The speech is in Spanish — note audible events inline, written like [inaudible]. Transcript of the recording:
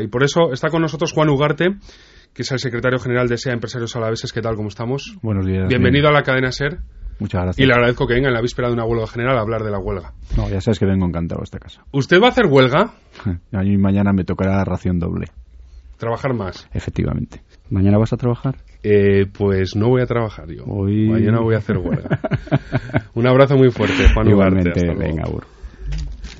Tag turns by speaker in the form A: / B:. A: Y por eso está con nosotros Juan Ugarte, que es el secretario general de SEA Empresarios Alaveses. ¿Qué tal? ¿Cómo estamos?
B: Buenos días.
A: Bienvenido a la cadena SER.
B: Muchas gracias.
A: Y le agradezco que venga en la víspera de una huelga general a hablar de la huelga.
B: No, ya sabes que vengo encantado a esta casa. [laughs]
A: ¿Usted va a hacer huelga?
B: A mí mañana me tocará ración doble.
A: ¿Trabajar más?
B: Efectivamente. ¿Mañana vas a trabajar?
A: Eh, pues no voy a trabajar yo.
B: Hoy-
A: Mañana [laughs] voy a hacer huelga. Un abrazo muy fuerte, Juan Ugarte.
B: Igualmente,
A: Hasta luego.
B: venga, Bur.